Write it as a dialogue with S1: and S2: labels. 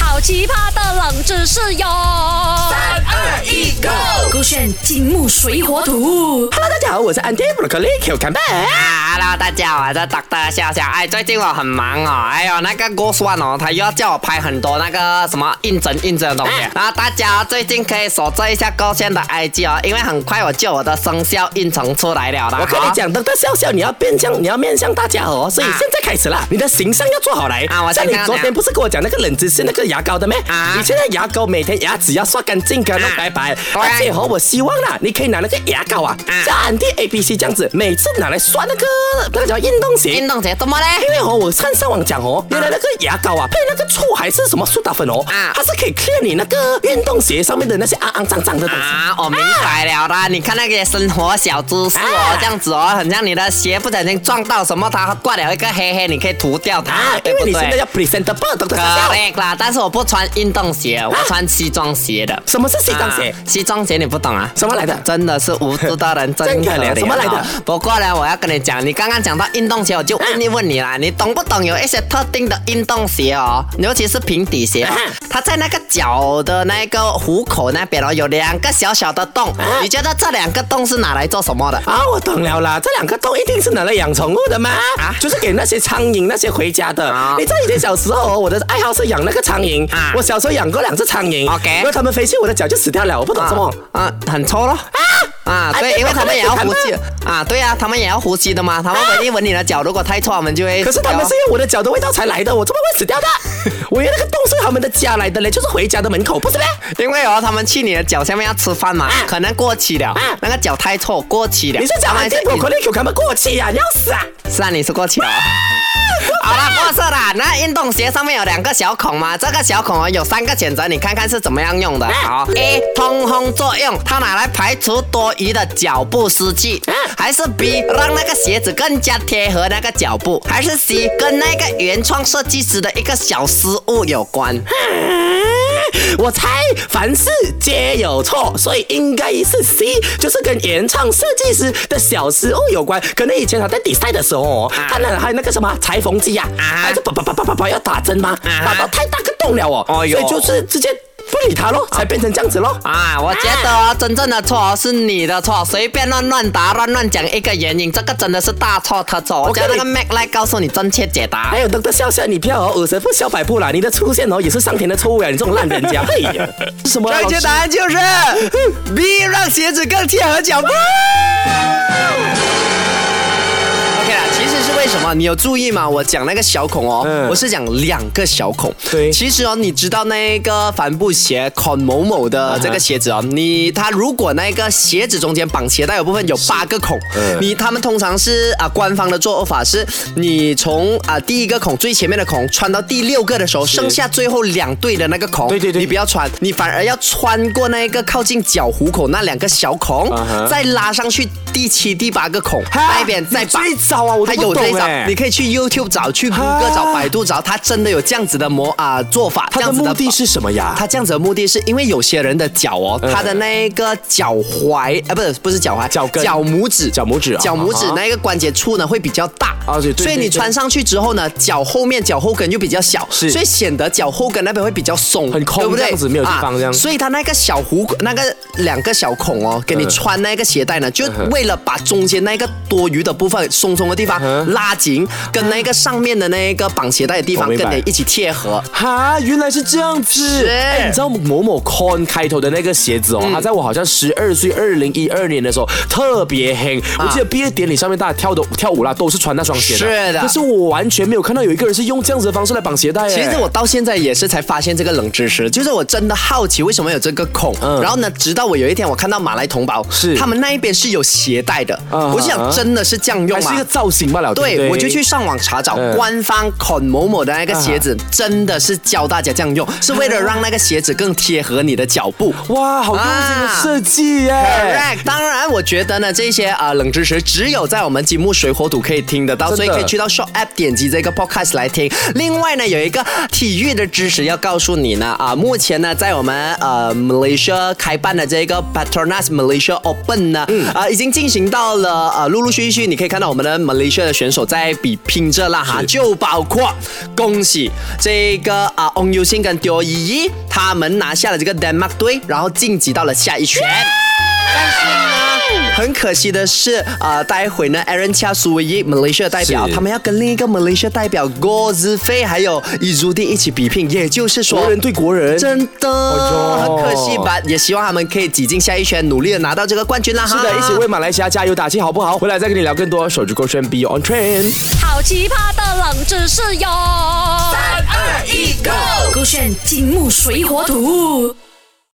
S1: 好奇葩的冷知识哟！三
S2: 二一，Go！
S1: 勾选金木水火土。
S3: Hello，大家好，我是 Andy Broccoli Q Campbell。
S2: 啊，Hello，大家好，我是 Doctor 笑笑。哎，最近我很忙哦，哎呦，那个 g o s One 哦，他又要叫我拍很多那个什么应征应征的东
S3: 哎
S2: 西。然后大家最近可以守着一下 g o s 的 IG 哦，因为很快我就有我的生肖运程出来了啦。
S3: 我跟你
S2: 好
S3: 讲，等到笑笑，你要变向，你要面向大家哦，所以
S2: 啊
S3: 现在开始啦，你的形象要做好来
S2: 啊我
S3: 像
S2: 先
S3: 你
S2: 看看
S3: 昨天不是跟我讲那个冷知识那个牙膏的咩？
S2: 啊
S3: 你现在牙膏每天牙齿要刷干净，跟弄
S2: 啊
S3: 白白。
S2: 对
S3: 而且哦，我希望啦，你可以拿那个牙膏啊，
S2: 啊
S3: 像 Andy A B C 这样子，每次拿来刷那个那个叫运动鞋
S2: 哦运。动鞋怎么嘞？
S3: 因为哦，我看上网讲哦，原来那个牙膏啊，配那个醋还是什么苏打粉哦，
S2: 啊
S3: 它是可以 clear 你那个运动鞋上面的那些肮肮脏脏的东西。
S2: 啊，我明白了啦！你看那些生活小知识哦
S3: 啊，
S2: 这样子哦，很像你的鞋不小心撞到什么，它挂了一个黑黑，你可以涂掉它
S3: 啊，，
S2: 对
S3: 因为
S2: 不
S3: 你现在
S2: 对
S3: 要 presentable，懂得笑笑。
S2: ？Correct 啦，但是我不穿运动鞋，我穿西装鞋的。
S3: 什么是西装鞋
S2: 啊？西装鞋你不懂啊？
S3: 什么来 的
S2: 真的是无知的人真
S3: 真可
S2: 可怜
S3: 怜
S2: 哦。
S3: 什么来的啊
S2: 不过呢，我要跟你讲，你刚刚讲到运动鞋，我就问一问你啦，你懂不懂有一些特定的运动鞋哦，尤其是平底鞋、哦
S3: 嗯，
S2: 它在那个脚的那个虎口那边哦，有两个小小的洞，你觉得这两个洞是拿来做什么的？
S3: 啊，我懂了啦，这两个洞一定是拿来养宠物的吗？
S2: 啊
S3: 啊，就是给那些苍蝇那些回家的。
S2: 啊
S3: 你知道以前小时候哦，我的爱好是养那个苍蝇。
S2: 啊
S3: 我小时候养过两只苍蝇。
S2: OK
S3: 因为它们飞去我的脚就死掉了，我不懂什么。
S2: 啊啊，很臭咯。
S3: 啊
S2: 啊，对，
S3: 对
S2: 因为他们也要呼吸
S3: 他
S2: 啊，对啊，他们也要呼吸的嘛，他们闻一闻你的脚，如果太臭，他们就会
S3: 可是它们
S2: 死
S3: 是
S2: 掉哦。
S3: 用我的脚的味道才来的，我怎么会死掉的？ 我以为那个洞是他们的家来的嘞，就是回家的门口，不是咩？
S2: 因为哦，他们去你的脚下面要吃饭嘛，可能过期了，那个脚太臭，过期了。
S3: 你是讲
S2: 他
S3: 完
S2: 们
S3: 电
S2: 是
S3: 狗口令狗他们过期呀、啊？你要死啊！
S2: 是啊，你是过期了哦。好啦，过色啦。那运动鞋上面有两个小孔嘛，这个小孔哦有三个选择，你看看是怎么样用的。好，A 通风作用，它拿来排除多余的脚部湿气；还是 B 让那个鞋子更加贴合那个脚部；还是 C 跟那个原创设计师的一个小失误有关。
S3: 我猜凡事皆有错，所以应该是 C，就是跟原创设计师的小失误有关。可能以前他在比赛的时候哦，他那还有那个什么裁缝机呀、
S2: 啊哈
S3: 啊，他就叭叭叭叭叭叭要打针吗？
S2: 啊哈
S3: 打到太大个洞了哦，
S2: 哎
S3: 所
S2: 呦
S3: 以就是直接不理他咯，才变成这样子咯。
S2: 啊，我觉得哦真正的错是你的错，随便乱乱答、乱乱讲一个原因，这个真的是大错特错。我
S3: 我
S2: 觉
S3: 跟
S2: 得
S3: 你
S2: 那个 Mac 来告诉你正确解答
S3: 还。有等等笑笑，你不要哦，五十步笑百步啦！你的出现哦也是上天的错误呀，你这种烂人 家，嘿呀，什么啊？
S2: 正确答案就是嗯 B，让鞋子更贴合脚步。OK 啦，其实是为什么？你有注意吗？我讲那个小孔哦，
S3: 嗯
S2: 我是讲两个小孔。
S3: 对
S2: 其实哦，你知道那个帆布鞋孔某某的这个鞋子哦，你它如果那个鞋子中间绑鞋带有部分有八个孔，你他们通常是啊、官方的做法是，你从啊、第一个孔最前面的孔穿到第六个的时候，剩下最后两对的那个孔，
S3: 对对对
S2: 你不要穿，你反而要穿过那个靠近脚虎口那两个小孔
S3: 啊哈
S2: 再拉上去第七、第八个孔
S3: 哈
S2: 那边再
S3: 有
S2: 绑。
S3: 这一招啊我都
S2: 它
S3: 不
S2: 有这一
S3: 懂
S2: 招
S3: 欸，
S2: 你可以去 YouTube 找，去谷
S3: 哈
S2: 歌找，百度找，它真的有这样子的模啊、做法。
S3: 他
S2: 这
S3: 的
S2: 样子
S3: 目的是什么呀？
S2: 它这样子的目的是因为有些人的脚哦，他的那个脚踝，呃，不是不是脚踝，
S3: 嗯脚跟
S2: 脚拇指，
S3: 脚拇指啊
S2: 脚拇指
S3: 啊哈
S2: 那个关节处呢会比较大，
S3: 啊对对
S2: 所
S3: 对
S2: 以你
S3: 对
S2: 穿上去之后呢，脚后面脚后跟就比较小，
S3: 是
S2: 所以显得脚后跟那边会比较松，
S3: 很空
S2: 对不对？啊
S3: 这样子没有地方这样
S2: 所以它那个小弧那个两个小孔哦，给你
S3: 嗯
S2: 穿那个鞋带呢，就为了把中间那个多余的部分松松的地方
S3: 嗯
S2: 拉紧，跟那个上面的那个绑鞋带的地方
S3: 我
S2: 跟
S3: 明白
S2: 你一起贴合。
S3: 哈，原来是这样子。哎，你知道某某 con 开头的那个鞋子哦，
S2: 嗯
S3: 它在我好像十二岁，二零一二年的时候特别黑。
S2: 啊
S3: 我记得毕业典礼上面大家跳的跳舞啦，都是穿那双鞋的。
S2: 是的
S3: 可是我完全没有看到有一个人是用这样子的方式来绑鞋带。哎
S2: 其实我到现在也是才发现这个冷知识，就是我真的好奇为什么有这个孔。
S3: 嗯
S2: 然后呢，直到我有一天我看到马来同胞，
S3: 是
S2: 他们那一边是有鞋带的，
S3: 啊
S2: 我就想
S3: 啊
S2: 真的是这样用
S3: 还是一
S2: 吗
S3: 个？造型罢了。对不
S2: 对，
S3: 对，
S2: 我就去上网查找
S3: 嗯
S2: 官方孔某某的那个鞋子，真的是教大家这样用，是为了让那个鞋子更贴合你的脚步。
S3: 哇，好用
S2: 啊
S3: 心的设计耶！
S2: Correct，当然，我觉得呢，这些啊、呃冷知识只有在我们金木水火土可以听得到，然后所以
S3: 真
S2: 可
S3: 的
S2: 以去到 Shop App 点击这个 Podcast 来听。另外呢，有一个体育的知识要告诉你呢啊，目前呢在我们呃 Malaysia 开办的这个 Patronas Malaysia Open 呢，
S3: 嗯
S2: 啊已经进行到了呃陆陆续续，你可以看到我们的 Malaysia 的选手在比拼着啦哈，就包括恭喜这个啊翁优信跟丢依依他们拿下了这个 Denmark 队，然后晋级到了下一圈。但是呢，很可惜的是，呃，待会呢，Aaron 恰苏维伊 Malaysia 的代表，
S3: 是
S2: 他们要跟另一个 Malaysia 代表郭子飞还有伊朱迪一起比拼，也就是说，
S3: 国人对国人
S2: 真的
S3: 哎
S2: 很
S3: 呦
S2: 可惜吧？也希望他们可以挤进下一圈，努力的拿到这个冠军啦！
S3: 是
S2: 哈，
S3: 的，一起为马来西亚加油打气，好不好？回来再跟你聊更多。手机勾选 Be On Train。
S1: 好奇葩的冷知识哟！三
S2: 二一 go
S1: 勾选金木水火土。